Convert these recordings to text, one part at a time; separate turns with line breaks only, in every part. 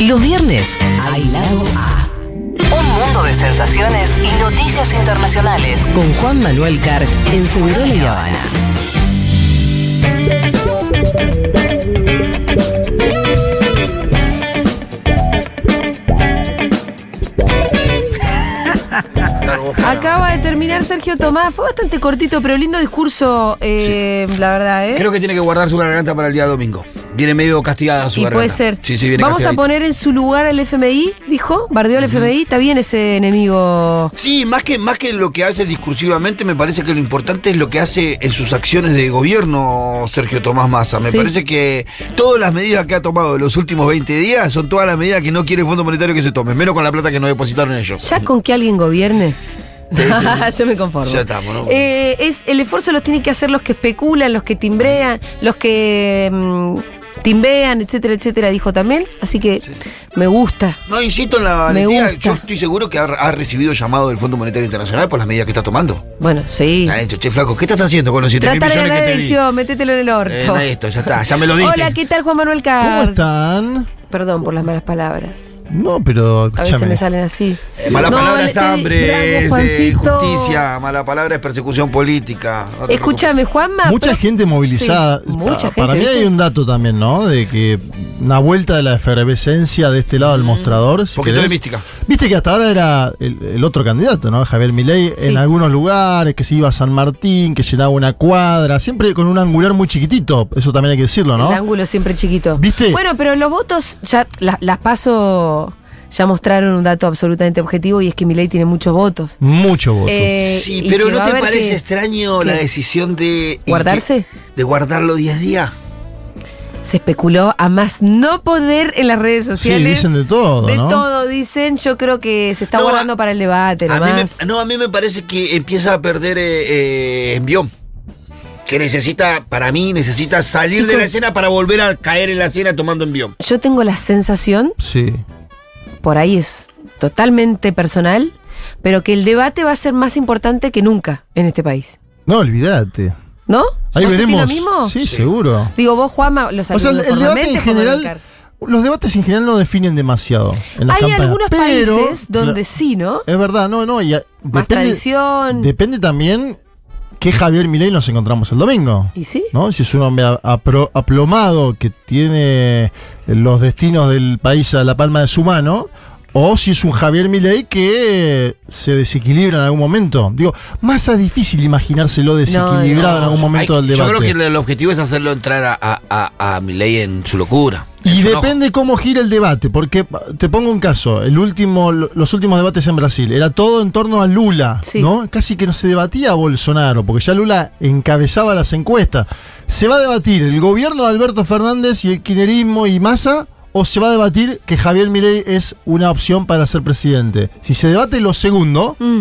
Los viernes hay lado A. Un mundo de sensaciones y noticias internacionales. Con Juan Manuel Carr en Seguro La Habana.
Acaba de terminar Sergio Tomás. Fue bastante cortito, pero lindo discurso, eh, la verdad, ¿eh?
Creo que tiene que guardar su garganta para el día domingo. Viene medio castigada su
y
garganta.
puede ser.
Sí, sí, viene
Vamos a
castigadita.
poner en su lugar al FMI, dijo. Bardeó al FMI. Está bien ese enemigo.
Sí, más que, más que lo que hace discursivamente, me parece que lo importante es lo que hace en sus acciones de gobierno Sergio Tomás Massa. Me
Sí.
parece que todas las medidas que ha tomado en los últimos 20 días son todas las medidas que no quiere el Fondo Monetario que se tome, menos con la plata que nos depositaron ellos.
Ya con que alguien gobierne. Yo me conformo.
Ya estamos, ¿no?
Eh, es, el esfuerzo los tienen que hacer los que especulan, los que timbrean, los que mm, timbean, etcétera, etcétera, dijo también. Así que me gusta.
No, insisto en la
Me
valentía.
gusta.
Yo estoy seguro que ha, ha recibido llamado del Fondo Monetario Internacional por las medidas que está tomando.
Bueno, sí.
Le ha dicho, che, flaco, ¿qué estás haciendo con los 7 mil
Trata de
millones
ganar
que te di?
elección, métetelo en el
Eh,
orto.
esto, ya está, ya me lo diste.
Hola, ¿qué tal Juan Manuel
¿Cómo
Carr?
están?
Perdón por las malas palabras.
No, pero
A veces
escúchame.
me salen así.
Eh, mala
No,
palabra
le-
es hambre,
Gracias,
es eh,
Juancito.
injusticia, mala palabra es persecución política. No te
Escúchame, Juanma.
Mucha
Ah, pero-
gente movilizada. Ah,
Sí, mucha
Para
gente.
mí hay un dato también, ¿no? De que una vuelta de la efervescencia de este lado
Mm.
del mostrador. Si
Poquito de
querés.
mística.
Viste que hasta ahora era el, el otro candidato, ¿no? Javier Milei
Sí.
en algunos lugares, que se iba a San Martín, que llenaba una cuadra, siempre con un angular muy chiquitito. Eso también hay que decirlo, ¿no?
El ángulo siempre chiquito.
¿Viste?
Bueno, pero los votos, ya la- las paso, ya mostraron un dato absolutamente objetivo y es que Milei tiene muchos votos.
Mucho voto.
Eh,
Sí,
y
pero
que
¿no
va a
te
haber
parece
que-
extraño
que
la decisión de y
¿Guardarse?
que- de guardarlo 10 días?
Se especuló a más no poder en las redes
sí,
sociales.
dicen de todo,
De
¿no?
todo dicen, yo creo que se está
No,
guardando
a-
para el debate.
A mí me-
nomás.
no, a mí me parece que empieza a perder eh, eh, envión. Que necesita, para mí, necesita salir de
Chicos.
la escena para volver a caer en la escena tomando envión.
Yo tengo la sensación
Sí.
por ahí es totalmente personal, pero que el debate va a ser más importante que nunca en este país.
No, olvídate.
¿No?
Ahí
¿Vos sentís
veremos.
lo mismo?
Sí,
Sí.
seguro.
Digo, vos, Juanma, los
O sea, el, el debate en general. Los debates en general no definen demasiado. En las
Hay
campañas,
algunos
pero-
países donde
Claro,
sí, ¿no?
Es verdad, no, no. Y a-
Más
depende,
tradición.
depende también que Javier Milei nos encontramos el domingo.
¿Y sí?
¿no? Si es un hombre a- apro- aplomado que tiene los destinos del país a la palma de su mano, o si es un Javier Milei que se desequilibra en algún momento. Digo, más es difícil imaginárselo desequilibrado
no,
en algún momento
Hay-
del debate.
Yo creo que el, el objetivo es hacerlo entrar a, a, a- a Milei en su locura. en
Y
su enojo.
depende cómo gira el debate, porque te pongo un caso, el último, los últimos debates en Brasil, era todo en torno a Lula,
Sí.
¿no? Casi que no se debatía a Bolsonaro, porque ya Lula encabezaba las encuestas. ¿Se va a debatir el gobierno de Alberto Fernández y el kirchnerismo y Massa? ¿O se va a debatir que Javier Milei es una opción para ser presidente? Si se debate lo segundo,
Mm.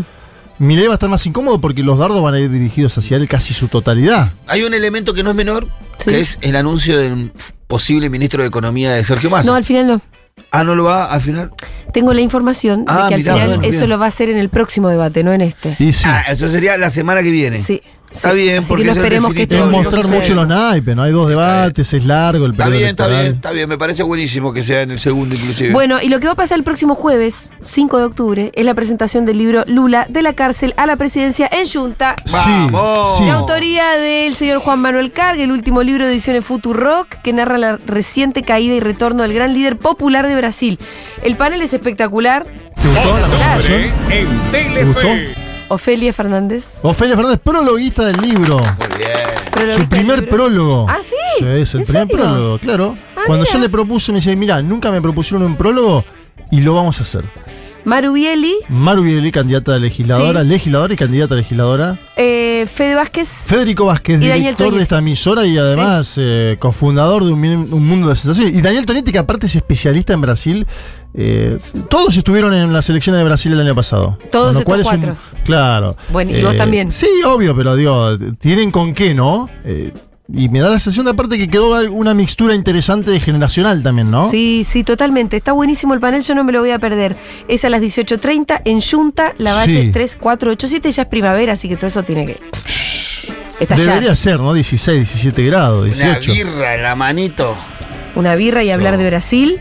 Milei va a estar más incómodo porque los dardos van a ir dirigidos hacia él casi su totalidad.
Hay un elemento que no es menor,
Sí.
que es el anuncio del posible ministro de Economía de Sergio Massa.
No, al final no.
ah, no lo va al final.
Tengo la información
Ah,
de que al
mirá,
final
bueno,
eso
bien.
lo va a hacer en el próximo debate, no en este.
Y sí,
Ah, eso sería la semana que viene.
Sí.
Está
sí.
bien,
Así
porque
que no
es el
esperemos que
definitivo.
este
es
no,
mostrar
no
suceda
sé
mucho
eso.
los naipes, ¿no? Hay dos debates, es largo el
Está
periodo
bien, está
electoral.
bien, está bien. Me parece buenísimo que sea en el segundo inclusive.
Bueno, y lo que va a pasar el próximo jueves, 5 de octubre, es la presentación del libro Lula de la cárcel a la presidencia en Junta.
Vamos.
Sí,
La
No.
sí.
autoría del señor Juan Manuel Carg, el último libro de ediciones Futurock, que narra la reciente caída y retorno del gran líder popular de Brasil. El panel es espectacular.
¿Te gustó la
Espectacular.
presentación?
en
¿Te gustó?
Telefe.
Ofelia Fernández.
Ofelia Fernández, prologuista del libro.
Muy bien.
¿Pero lo
Su
viste el
primer
libro?
prólogo.
¿Ah, sí?
Sí, es el
¿En serio?
primer prólogo, claro.
Ah,
Cuando
mira.
yo le propuse, me dice, mira, nunca me propusieron un prólogo y lo vamos a hacer.
Maru Bieli,
Maru Videli, candidata a legisladora,
Sí.
legisladora y candidata a legisladora.
eh, Fede Vázquez.
Federico Vázquez,
Y Daniel
director
Toñetti.
de esta emisora y además eh, cofundador de un, mi- un mundo de sensaciones. Y Daniel Tonetti, que aparte es especialista en Brasil. eh, todos estuvieron en la selección de Brasil el año pasado.
Todos
Con lo
estos
cual es un-
cuatro.
claro. Eh,
Bueno, y vos también.
Sí, obvio, pero digo, tienen con qué, ¿no? Eh, y me da la sensación de aparte que quedó al- una mixtura interesante de generacional también, ¿no?
Sí, sí, totalmente. Está buenísimo el panel, yo no me lo voy a perder. Es a las 18.30 en Junta, La Valle
Sí.
3487. Ya es primavera, así que todo eso tiene que. estallar.
Debería ser, ¿no? 16, 17 grados,
Una
18.
birra en la manito.
Una birra y
Eso.
hablar de Brasil.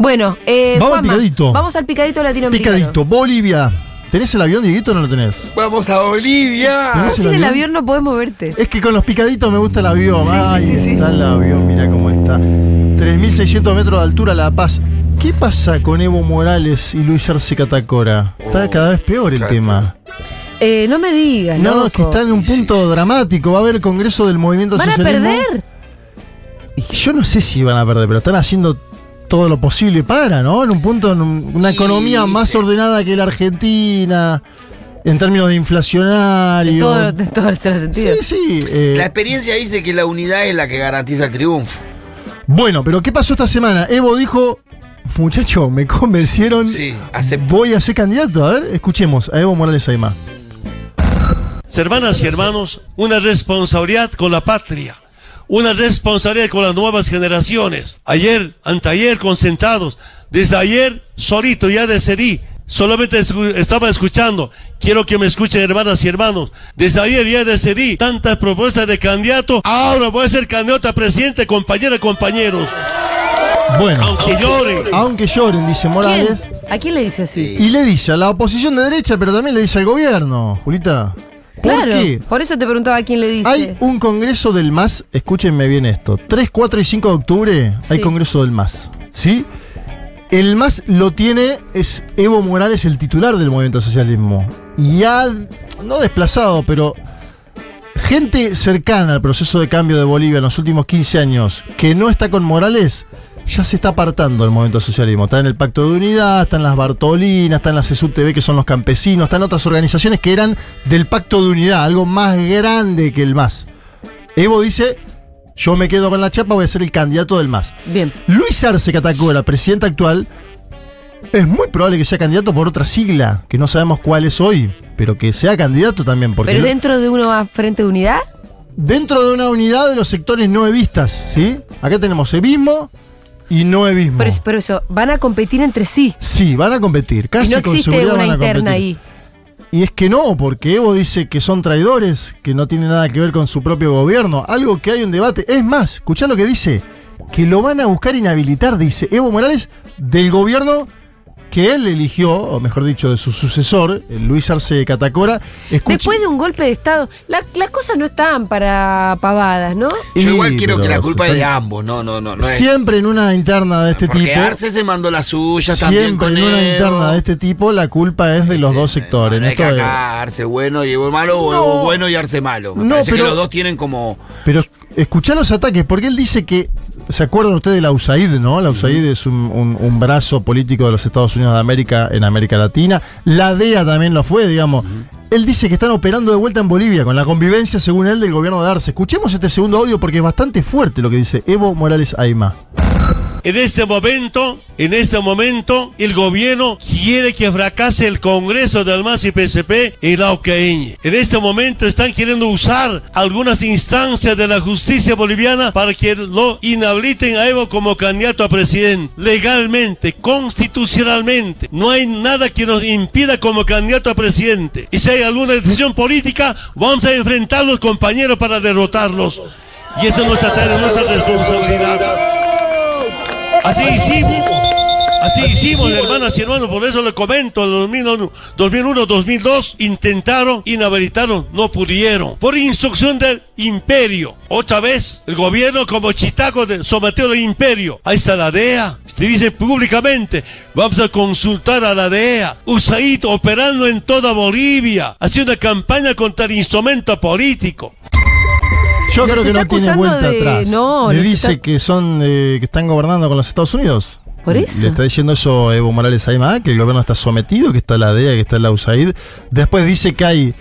Bueno, eh,
Vamos al
Juanma,
picadito.
vamos al picadito latinoamericano.
Picadito, Bolivia. ¿Tenés el avión, Dieguito, o no lo tenés?
Vamos a Bolivia.
¿Tenés
Sin el avión no podés moverte.
Es que con los picaditos me gusta el avión.
Sí, sí,
Ay,
sí, sí.
está el avión, mira cómo está. 3.600 metros de altura, La Paz. ¿Qué pasa con Evo Morales y Luis Arce Catacora? Está
Oh,
cada vez peor el
Cata.
tema.
Eh, no me digas,
No,
loco.
es que está en un punto dramático. Va a haber el Congreso del Movimiento
¿Van a
Socialismo.
perder?
Y Yo no sé si van a perder, pero están haciendo todo lo posible para, ¿no? En un punto, en un- una
Y-
economía más ordenada que la Argentina, en términos de inflacionario.
Todo, todo el sentido.
Sí, sí. eh,
La experiencia dice que la unidad es la que garantiza el triunfo.
Bueno, pero ¿qué pasó esta semana? Evo dijo, muchacho, me
Mm.
convencieron,
Sí, acepto.
voy a ser candidato. A ver, escuchemos a Evo Morales Aymá.
Hermanas y hermanos, una responsabilidad con la patria, una responsabilidad con las nuevas generaciones. Ayer, anteayer, consentados, desde ayer, solito, ya decidí, solamente escu- estaba escuchando, quiero que me escuchen hermanas y hermanos, desde ayer ya decidí tantas propuestas de candidato, ahora voy a ser candidato a presidente, compañeras, compañeros,
Bueno,
aunque lloren.
aunque lloren, dice
¿Quién?
Morales.
¿A quién le dice así?
Y le dice a la oposición de derecha, pero también le dice al gobierno, Julita. ¿Por
claro.
qué?
Por eso te preguntaba a quién le dice.
Hay un congreso del MAS, escúchenme bien esto. 3, 4 y 5 de octubre hay
Sí.
congreso del MAS. ¿Sí? El MAS lo tiene, es Evo Morales el titular del movimiento socialismo. Y ha, no desplazado, pero gente cercana al proceso de cambio de Bolivia en los últimos 15 años que no está con Morales, ya se está apartando del movimiento socialismo. Está en el Pacto de Unidad, están las Bartolinas, están las CSUTV que son los campesinos, están otras organizaciones que eran del Pacto de Unidad, algo más grande que el MAS. Evo dice, yo me quedo con la chapa, voy a ser el candidato del MAS.
Bien.
Luis Arce Catacora, presidente actual, es muy probable que sea candidato por otra sigla, que no sabemos cuál es hoy, pero que sea candidato también. Porque
¿Pero
lo-
dentro de uno a frente de unidad?
dentro de una unidad de los sectores no evistas, ¿sí? Acá tenemos evismo y no evismo.
Pero, es- pero eso, van a competir entre sí.
Sí, van a competir, casi
y no
con
existe
seguridad
una
van a
interna
competir.
ahí.
Y es que no, porque Evo dice que son traidores, que no tiene nada que ver con su propio gobierno, algo que hay un debate. Es más, escuchá lo que dice, que lo van a buscar inhabilitar, dice Evo Morales, del gobierno que él eligió, o mejor dicho, de su sucesor, el Luis Arce Catacora. Escuche-
Después de un golpe de Estado, la- las cosas no están para pavadas, ¿no?
Yo igual
Y-
quiero que
pero
la culpa es de
está-
ambos, no, no, no. no es-
Siempre en una interna de este
Porque
tipo.
Arce se mandó la suya también
Siempre
con
en una
Evo.
interna de este tipo la culpa es de los dos sectores.
No,
no
hay que
todo-
acá Arce bueno y Evo malo, o
No.
Evo bueno y Arce malo. Me
No,
parece
pero-
que los dos tienen como.
Pero escuchá los ataques, porque él dice que, ¿se acuerdan ustedes de la USAID, no? La USAID es un, un- un brazo político de los Estados Unidos de América en América Latina. La DEA también lo fue, digamos. Él dice que están operando de vuelta en Bolivia con la convivencia, según él, del gobierno de Arce. Escuchemos este segundo audio porque es bastante fuerte lo que dice Evo Morales Aima.
En este momento, en este momento, el gobierno quiere que fracase el Congreso del MAS y PSP en la Ucrania. En este momento están queriendo usar algunas instancias de la justicia boliviana para que lo inhabiliten a Evo como candidato a presidente. Legalmente, constitucionalmente, no hay nada que nos impida como candidato a presidente. Y si hay alguna decisión política, vamos a enfrentar a los compañeros para derrotarlos. Y eso es nuestra tarea, nuestra responsabilidad. Así hicimos. Así hicimos, hermanas y hermanos, por eso le comento, en 2001, 2001, 2002 intentaron, inhabilitaron, no pudieron. Por instrucción del imperio. Otra vez, el gobierno como chitaco de- sometió al imperio. Ahí está la DEA. Se dice públicamente, vamos a consultar a la DEA. USAID operando en toda Bolivia, haciendo campaña contra el instrumento político.
Yo
Los está
creo que no tiene
acusando
vuelta
de-
atrás.
no,
Le
los
dice
está-
que son eh, que están gobernando con los Estados Unidos.
Por
Le-
eso.
Le está diciendo eso Evo Morales Aymá, que el gobierno está sometido, que está la DEA, que está la USAID. Después dice que hay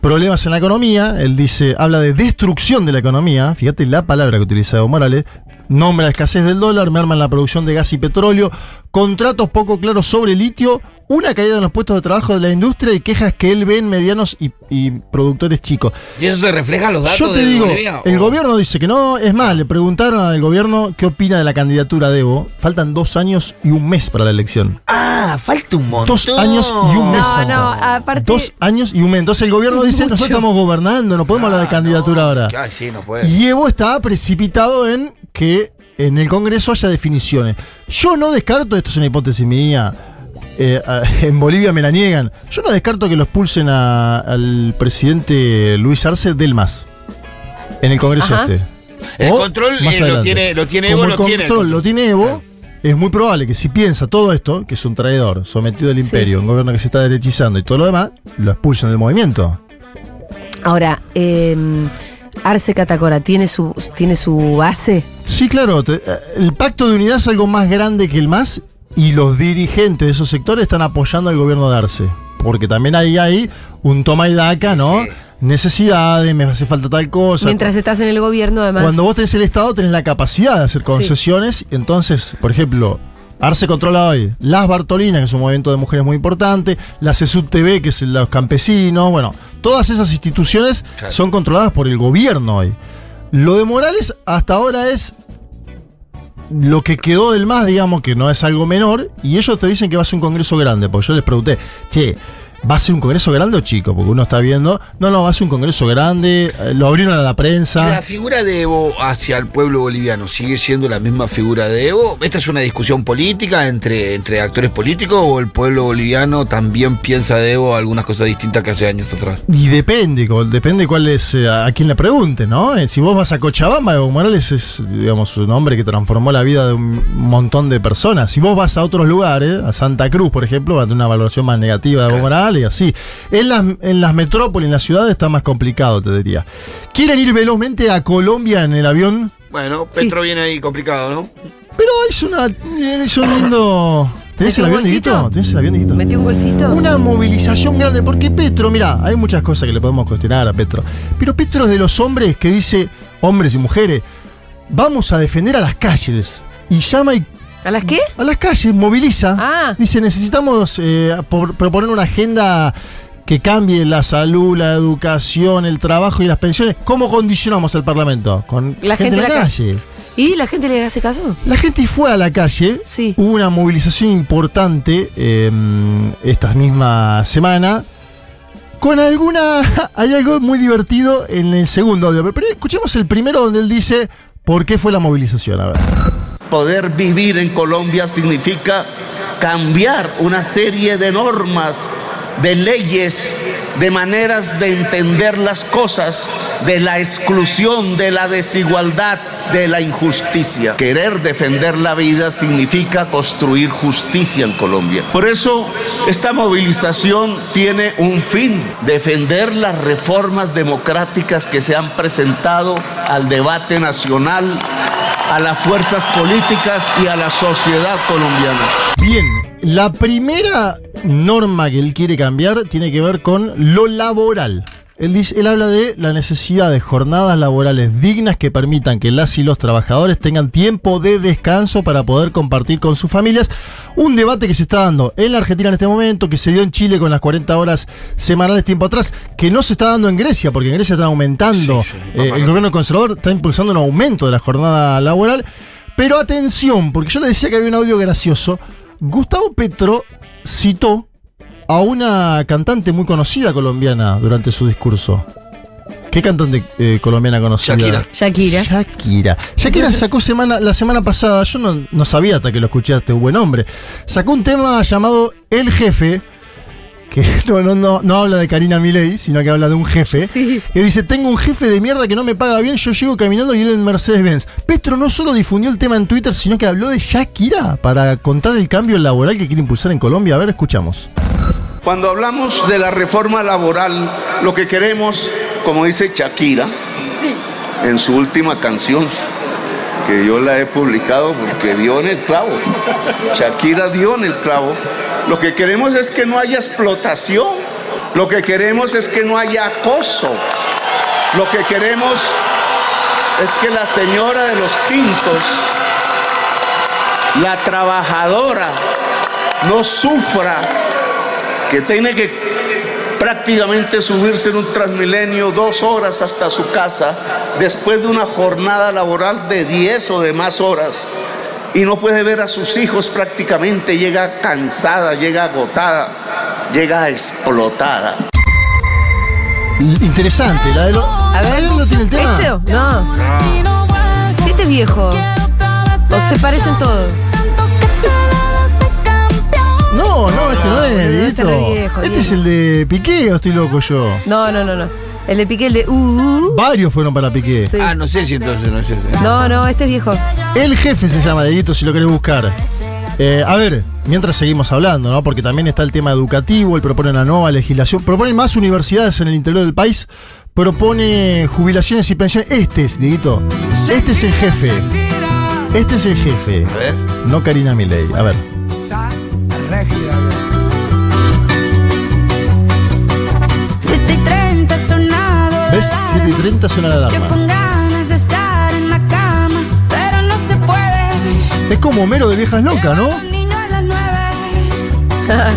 problemas en la economía. Él dice, habla de destrucción de la economía. Fíjate la palabra que utiliza Evo Morales. Nombra la escasez del dólar, merma en la producción de gas y petróleo, contratos poco claros sobre litio, una caída en los puestos de trabajo de la industria y quejas que él ve en medianos y- y productores chicos.
¿Y eso se refleja en los datos
Yo te
de
digo,
Bolivia?
el
¿O-
gobierno dice que no, es más, le preguntaron al gobierno qué opina de la candidatura de Evo. Faltan dos años y un mes para la elección.
Ah, falta un montón.
Dos años y un mes.
No,
falta.
no, aparte.
Dos años y un mes. Entonces el gobierno dice,
Mucho.
nosotros estamos gobernando, no podemos hablar de candidatura ahora.
Ay, sí, no puede.
Y Evo está precipitado en que en el Congreso haya definiciones. Yo no descarto, esto es una hipótesis mía, eh, a- en Bolivia me la niegan, yo no descarto que lo expulsen a- al presidente Luis Arce del MAS. En el Congreso
Ajá.
este.
El
O
control,
más
eh, lo
adelante.
tiene- lo tiene Evo,
Como el
lo tiene el
control lo
control.
tiene Evo, es muy probable que si piensa todo esto, que es un traidor, sometido al
Sí.
imperio, un gobierno que se está derechizando y todo lo demás, lo expulsan del movimiento.
Ahora, eh, Arce Catacora, ¿tiene su, ¿tiene su base?
Sí, claro. te- eh, el pacto de unidad es algo más grande que el MAS y los dirigentes de esos sectores están apoyando al gobierno de Arce. Porque también ahí hay un toma y daca, ¿no?
Sí.
Necesidades, me hace falta tal cosa.
Mientras estás en el gobierno, además.
Cuando vos tenés el Estado, tenés la capacidad de hacer
Sí.
concesiones. Entonces, por ejemplo, Arce controla hoy las Bartolinas, que es un movimiento de mujeres muy importante, la CESUB TV, que es los campesinos. Bueno, todas esas instituciones
Claro.
son controladas por el gobierno hoy. Lo de Morales hasta ahora es lo que quedó del más, digamos, que no es algo menor, y ellos te dicen que va a ser un congreso grande, porque yo les pregunté, che, ¿va a ser un congreso grande o chico? Porque uno está viendo, no, no, va a ser un congreso grande, eh, lo abrieron a la prensa.
La figura de Evo hacia el pueblo boliviano sigue siendo la misma figura de Evo. ¿Esta es una discusión política entre, entre actores políticos o el pueblo boliviano también piensa de Evo algunas cosas distintas que hace años atrás?
Y depende, co- depende cuál es, eh, a quién le pregunte, ¿no? Eh, Si vos vas a Cochabamba, Evo Morales es, digamos, un hombre que transformó la vida de un montón de personas. Si vos vas a otros lugares, a Santa Cruz, por ejemplo, va a tener una valoración más negativa de Evo Morales y así. En las, en las metrópolis, en las ciudades, está más complicado, te diría. Quieren ir velozmente a Colombia en el avión,
Bueno,
Sí.
Petro viene ahí complicado, ¿no?
pero hizo, una, hizo un lindo... ¿Tenés
¿Metió
el
un
avión,
golcito?
Dieguito? ¿Tenés el avión, Dieguito?
¿Metió un golcito?
Una movilización grande, porque Petro, mira, hay muchas cosas que le podemos cuestionar a Petro, pero Petro es de los hombres que dice, hombres y mujeres, vamos a defender a las calles. Y llama y-
¿A las qué?
a las calles, moviliza.
Ah.
Dice, necesitamos eh, por- proponer una agenda que cambie la salud, la educación, el trabajo y las pensiones. ¿Cómo condicionamos al Parlamento? Con
La gente
en
en la calle. ¿Y la gente le hace caso?
la gente fue a la calle.
Sí.
Hubo una movilización importante eh, esta misma semana. Con alguna. Hay algo muy divertido en el segundo audio. Pero primero escuchemos el primero donde él dice por qué fue la movilización. A ver.
Poder vivir en Colombia significa cambiar una serie de normas, de leyes, de maneras de entender las cosas, de la exclusión, de la desigualdad, de la injusticia. Querer defender la vida significa construir justicia en Colombia. Por eso esta movilización tiene un fin, defender las reformas democráticas que se han presentado al debate nacional a las fuerzas políticas y a la sociedad colombiana.
Bien, la primera norma que él quiere cambiar tiene que ver con lo laboral. Él, dice, él habla de la necesidad de jornadas laborales dignas que permitan que las y los trabajadores tengan tiempo de descanso para poder compartir con sus familias. Un debate que se está dando en la Argentina en este momento, que se dio en Chile con las 40 horas semanales tiempo atrás, que no se está dando en Grecia, porque en Grecia está aumentando.
Sí, sí,
Eh, el gobierno conservador está impulsando un aumento de la jornada laboral. Pero atención, porque yo le decía que había un audio gracioso. Gustavo Petro citó a una cantante muy conocida colombiana durante su discurso. ¿Qué cantante eh, colombiana conocida?
Shakira.
Shakira.
Shakira. Shakira sacó semana, la semana pasada, yo no, no sabía hasta que lo escuché a este buen hombre, sacó un tema llamado El Jefe, que no, no, no, no habla de Karina Milei, sino que habla de un jefe,
Sí.
que dice, tengo un jefe de mierda que no me paga bien, yo llego caminando y él en Mercedes-Benz. Petro no solo difundió el tema en Twitter, sino que habló de Shakira para contar el cambio laboral que quiere impulsar en Colombia. A ver, escuchamos.
Cuando hablamos de la reforma laboral, lo que queremos, como dice Shakira, en su última canción, que yo la he publicado porque dio en el clavo, Shakira dio en el clavo, lo que queremos es que no haya explotación, lo que queremos es que no haya acoso, lo que queremos es que la señora de los tintos, la trabajadora, no sufra que tiene que prácticamente subirse en un transmilenio dos horas hasta su casa después de una jornada laboral de 10 o de más horas y no puede ver a sus hijos prácticamente, llega cansada, llega agotada, llega explotada.
L- Interesante, la de lo...
A ver,
¿Él no tiene el tema?
¿Este? No. Si este es viejo. O se parecen todos.
No, no, este no es,
boludo, este
Dieguito.
re viejo,
Este
Diego.
es el de Piqué, o estoy loco yo.
No, no, no, no. El de Piqué, el de uh, uh, uh.
Varios fueron para Piqué.
Sí.
Ah, no sé si entonces no es ese.
No, no, este es viejo.
El jefe se llama Dieguito, si lo querés buscar. Eh, a ver, mientras seguimos hablando, ¿no? Porque también está el tema educativo, él propone una nueva legislación, proponen más universidades en el interior del país, propone jubilaciones y pensiones. Este es, Dieguito, este es el jefe. Este es el jefe,
A ver.
no Karina Milei. A ver.
Siete y treinta ha sonado
¿Ves?
la
7 y 30 suena la
Yo
alarma.
con ganas de estar en la cama, pero no se puede.
Es como Homero de Viejas Locas, ¿no?
Llevo al niño a las nueve.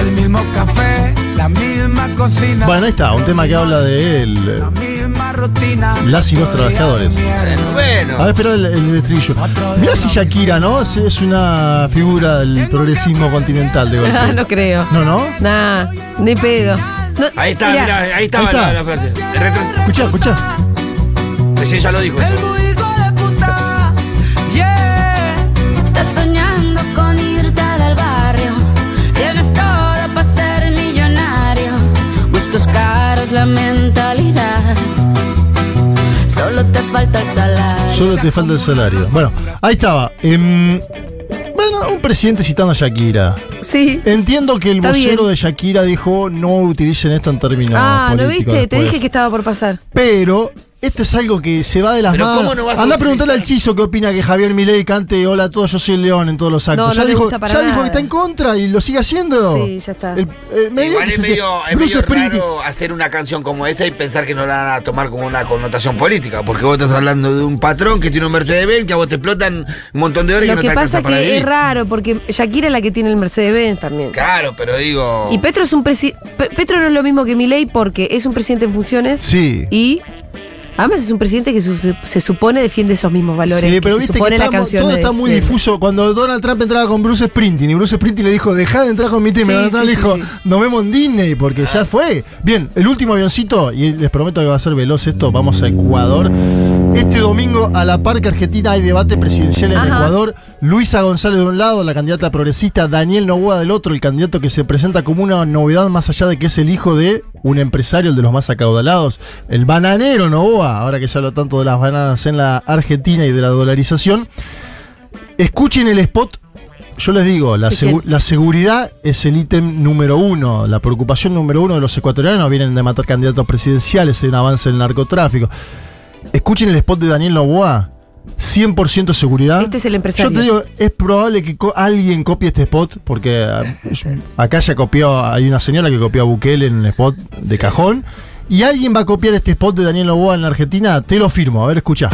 El mismo café, la misma cocina.
Bueno, ahí está, un tema que habla de él.
La misma rutina.
Las y los trabajadores. A ver,
Bueno.
espera el, el estribillo. Mirá si Shakira, ¿no? Es- Es una figura del progresismo continental de golpe.
no creo.
No, no.
Nah, ni pedo. No,
Ahí está,
mirá.
mirá, ahí estaba
Ahí
La,
está.
la frase. Retro-
Escuchá, escuchá.
Recién ya lo dijo.
El muy hijo de puta. Yeah.
Estás soñando con irte del barrio. Tienes todo para ser millonario. Gustos caros, la mentalidad. Solo te falta el salario.
Solo te falta el salario. Bueno, ahí estaba. Em, bueno, un presidente citando a Shakira.
Sí.
Entiendo que el
Está
vocero
bien.
de Shakira dijo no utilicen esto en términos
ah, ¿no
políticos
viste? Te
después".
dije que estaba por pasar.
Pero esto es algo que se va de las
Pero
manos.
¿cómo no vas a
Andá
utilizar?
a preguntarle al Chizo qué opina que Javier Milei cante Hola a todos, yo soy el león en todos los actos.
No,
ya
no le
dijo,
gusta para
ya
nada.
dijo que está en contra y lo sigue haciendo.
Sí, ya está.
El- eh, me dijo
Igual
que
es
se-
medio, es
Bruce
medio
Springsteen.
raro hacer una canción como esa y pensar que no la van a tomar como una connotación política, porque vos estás hablando de un patrón que tiene un Mercedes-Benz, que a vos te explotan un montón de horas y
Lo
no
que
te
pasa
alcanza para
que es
vivir.
raro, porque Shakira es la que tiene el Mercedes-Benz también.
Claro, pero digo...
Y Petro es un presi- Pe- Petro no es lo mismo que Milei porque es un presidente en funciones.
Sí.
Y además es un presidente que su- se, se supone defiende esos mismos valores.
Sí,
que
pero
se
viste que
supone la
estamos-
canción
todo
de-
está muy
de-
difuso. Cuando Donald Trump entraba con Bruce Springsteen y Bruce Springsteen le dijo, dejá de entrar con mi
Sí,
tema, Donald Trump
sí,
le dijo,
sí,
nos vemos en Disney porque ya fue. Bien, el último avioncito, y les prometo que va a ser veloz esto, vamos a Ecuador. Este domingo, a la par que Argentina hay debate presidencial en
Ajá.
Ecuador, Luisa González de un lado, la candidata progresista, Daniel Novoa del otro, el candidato que se presenta como una novedad más allá de que es el hijo de un empresario, el de los más acaudalados, el bananero Novoa, ahora que se habla tanto de las bananas en la Argentina y de la dolarización. Escuchen el spot. Yo les digo, la,
¿De quién?
segu- la seguridad es el ítem número uno, la preocupación número uno de los ecuatorianos. Vienen de matar candidatos presidenciales, hay un avance del narcotráfico. Escuchen el spot de Daniel Novoa. 100% seguridad.
Este es el empresario.
Yo te digo, es probable que co- alguien copie este spot, porque ah, acá ya copió, hay una señora que copió a Bukele en el spot de cajón. Y alguien va a copiar este spot de Daniel Novoa en la Argentina, te lo firmo, a ver, escucha.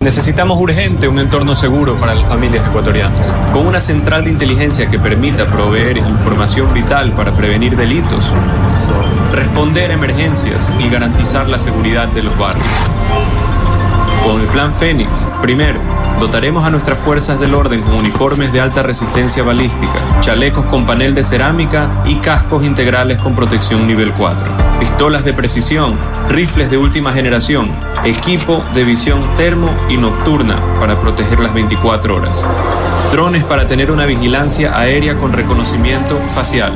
Necesitamos urgente un entorno seguro para las familias ecuatorianas, con una central de inteligencia que permita proveer información vital para prevenir delitos, responder a emergencias y garantizar la seguridad de los barrios. Con el Plan Fénix, primero, dotaremos a nuestras fuerzas del orden con uniformes de alta resistencia balística, chalecos con panel de cerámica y cascos integrales con protección nivel 4, pistolas de precisión, rifles de última generación, equipo de visión termo y nocturna para proteger las 24 horas, drones para tener una vigilancia aérea con reconocimiento facial,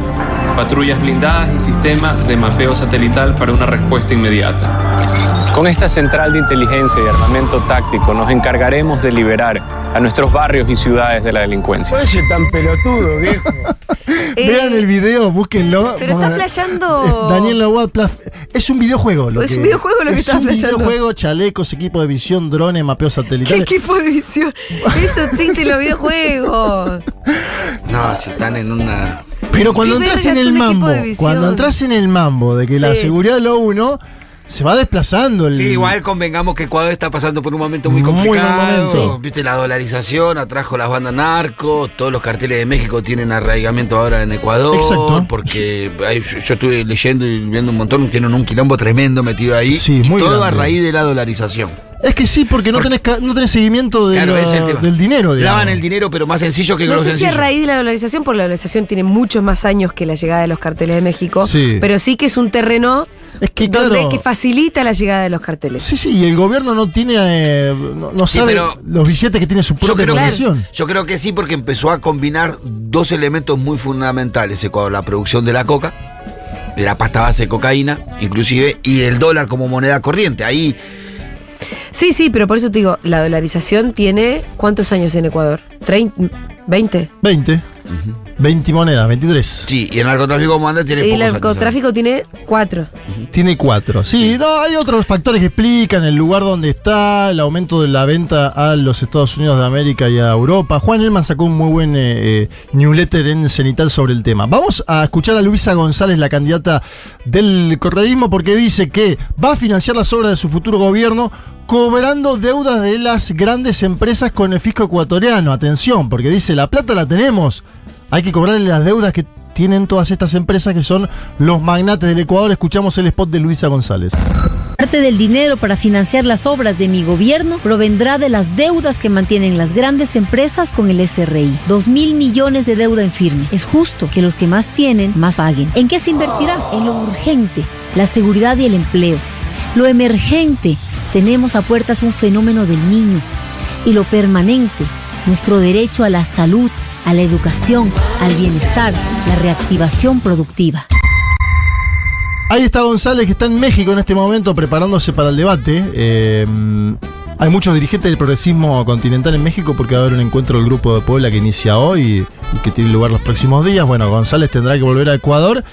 patrullas blindadas y sistema de mapeo satelital para una respuesta inmediata. Con esta central de inteligencia y armamento táctico nos encargaremos de liberar a nuestros barrios y ciudades de la delincuencia.
Eh,
Vean el video, búsquenlo.
pero está
Bueno,
flasheando-
eh, Daniel Laguad Es un videojuego. Lo
Es
que-
un videojuego lo que
es
está
un
flasheando.
videojuego, chalecos, equipo de visión, drones, mapeos
¿Qué
satelitales.
equipo de visión? Eso existe en los videojuegos.
No, si están en una...
Pero cuando
¿Qué
entras
verga es
en el
un equipo
mambo,
de visión?
cuando entras en el mambo de que la
Sí.
seguridad lo uno, se va desplazando el.
Sí, igual convengamos que Ecuador está pasando por un momento muy
Muy mal
complicado.
momento.
Viste, la dolarización atrajo las bandas narcos, todos los carteles de México tienen arraigamiento ahora en Ecuador.
Exacto.
Porque ahí yo, yo estuve leyendo y viendo un montón, tienen un quilombo tremendo metido ahí.
Sí,
y
muy
todo
grande.
a raíz de la dolarización.
Es que sí, porque no tenés, ca- no tenés seguimiento de
Claro,
la-
ese es el tema.
del dinero. digamos.
Lavan el dinero, pero más sencillo que con
No
lo
sé si a
sencillo.
raíz de la dolarización, porque la dolarización tiene muchos más años que la llegada de los carteles de México,
Sí.
pero sí que es un terreno
Es que,
donde
claro.
que facilita la llegada de los carteles.
Sí, sí, y el gobierno no tiene, eh, no, no
Sí,
sabe
pero-
los billetes que tiene su
Yo
propia
creo, que, sí,
población.
yo creo que sí, porque empezó a combinar dos elementos muy fundamentales: Ecuador, la producción de la coca, de la pasta base de cocaína, inclusive, y el dólar como moneda corriente. Ahí,
Sí, sí, pero por eso te digo, la dolarización tiene cuántos años en Ecuador? ¿30? ¿20?
20. 20 monedas, 23.
sí, y el narcotráfico como anda tiene
Y el
pocos años.
narcotráfico tiene 4.
Tiene cuatro. Sí, no, hay otros factores que explican el lugar donde está, el aumento de la venta a los Estados Unidos de América y a Europa. Juan Elman sacó un muy buen eh, eh, newsletter en Cenital sobre el tema. Vamos a escuchar a Luisa González, la candidata del correísmo, porque dice que va a financiar las obras de su futuro gobierno cobrando deudas de las grandes empresas con el fisco ecuatoriano. Atención, porque dice, la plata la tenemos. Hay que cobrarle las deudas que tienen todas estas empresas que son los magnates del Ecuador. Escuchamos el spot de Luisa González.
Parte del dinero para financiar las obras de mi gobierno provendrá de las deudas que mantienen las grandes empresas con el SRI. Dos mil millones de deuda en firme. Es justo que los que más tienen, más paguen. ¿En qué se invertirá? En lo urgente, la seguridad y el empleo. Lo emergente, tenemos a puertas un fenómeno del niño. Y lo permanente, nuestro derecho a la salud, a la educación, al bienestar, la reactivación productiva.
Ahí está González, que está en México en este momento preparándose para el debate. Eh, hay muchos dirigentes del progresismo continental en México porque va a haber un encuentro del grupo de Puebla que inicia hoy y que tiene lugar los próximos días. Bueno, González tendrá que volver a Ecuador.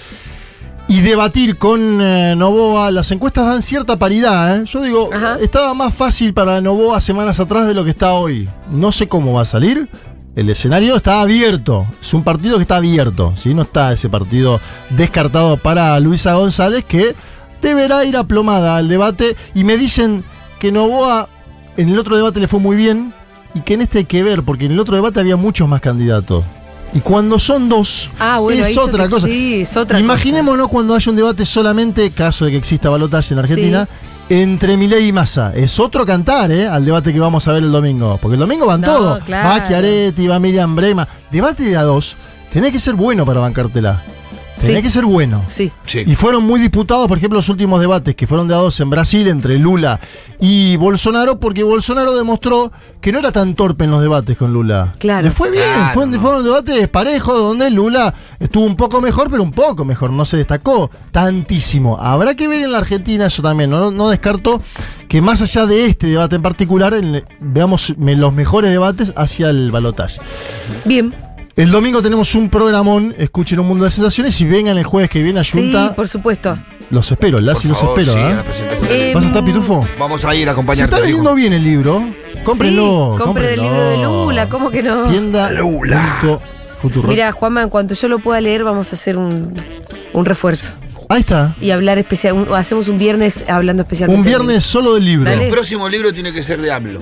Y debatir con eh, Novoa, las encuestas dan cierta paridad. ¿eh? Yo digo,
Ajá.
estaba más fácil para Novoa semanas atrás de lo que está hoy. No sé cómo va a salir. El escenario está abierto. Es un partido que está abierto. ¿sí? No está ese partido descartado para Luisa González, que deberá ir aplomada al debate. Y me dicen que Novoa en el otro debate le fue muy bien y que en este hay que ver, porque en el otro debate había muchos más candidatos. Y cuando son dos,
Ah, bueno, ahí
es
yo
otra
te-
cosa.
sí, es otra cosa.
Imaginémonos cuando haya un debate solamente, caso de que exista balotaje en Argentina, entre Milei y Massa. Es otro cantar, ¿eh? Al debate que vamos a ver el domingo. Porque el domingo van
No,
todos.
claro.
Va Chiaretti, va Miriam Brema. Debate de a dos. Tenés que ser bueno para bancártela. Tenés
Sí.
que ser bueno.
Sí.
Sí.
Y fueron muy disputados, por ejemplo, los últimos debates que fueron dados en Brasil entre Lula y Bolsonaro, porque Bolsonaro demostró que no era tan torpe en los debates con Lula.
Claro.
Le fue bien,
Claro,
fueron,
no.
fueron debates parejos donde Lula estuvo un poco mejor, pero un poco mejor, no se destacó tantísimo. Habrá que ver en la Argentina eso también, no, no descarto que más allá de este debate en particular, en- veamos me- los mejores debates hacia el balotaje.
Bien.
El domingo tenemos un programón, escuchen Un Mundo de Sensaciones y vengan el jueves que viene a
Sí,
Junta.
por supuesto.
Los espero, las
Por
y los
favor,
espero.
sí,
¿eh?
a la presentación.
Eh,
¿Vas a estar pitufo?
Vamos a ir a
Se
acompañarte.
está vendiendo bien el libro. Cómprenlo.
Sí, compren el libro
cómprenlo.
de Lula, ¿cómo que no?
Tienda
Lula.
punto Futuro.
Mira, Juanma, en cuanto yo lo pueda leer, vamos a hacer un, un refuerzo.
Ahí está.
Y hablar especial, un- hacemos un viernes hablando especialmente.
Un
de
viernes solo del libro.
El
Dale.
próximo libro tiene que ser de AMLO.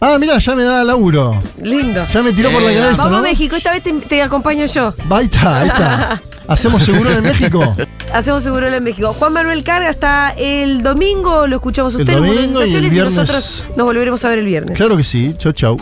Ah, mira, ya me da laburo.
Lula. Lindo.
Ya me tiró por la
Eh,
cabeza,
Vamos
¿no?
a México, esta vez te, te acompaño yo.
Ahí está, ahí está. ¿Hacemos seguro en México?
Hacemos seguro en México. Juan Manuel Carga hasta el domingo, lo escuchamos
El
usted en Mundo de
domingo y el
Sensaciones y
viernes.
nosotros nos volveremos a ver el viernes.
Claro que sí. Chau, chau.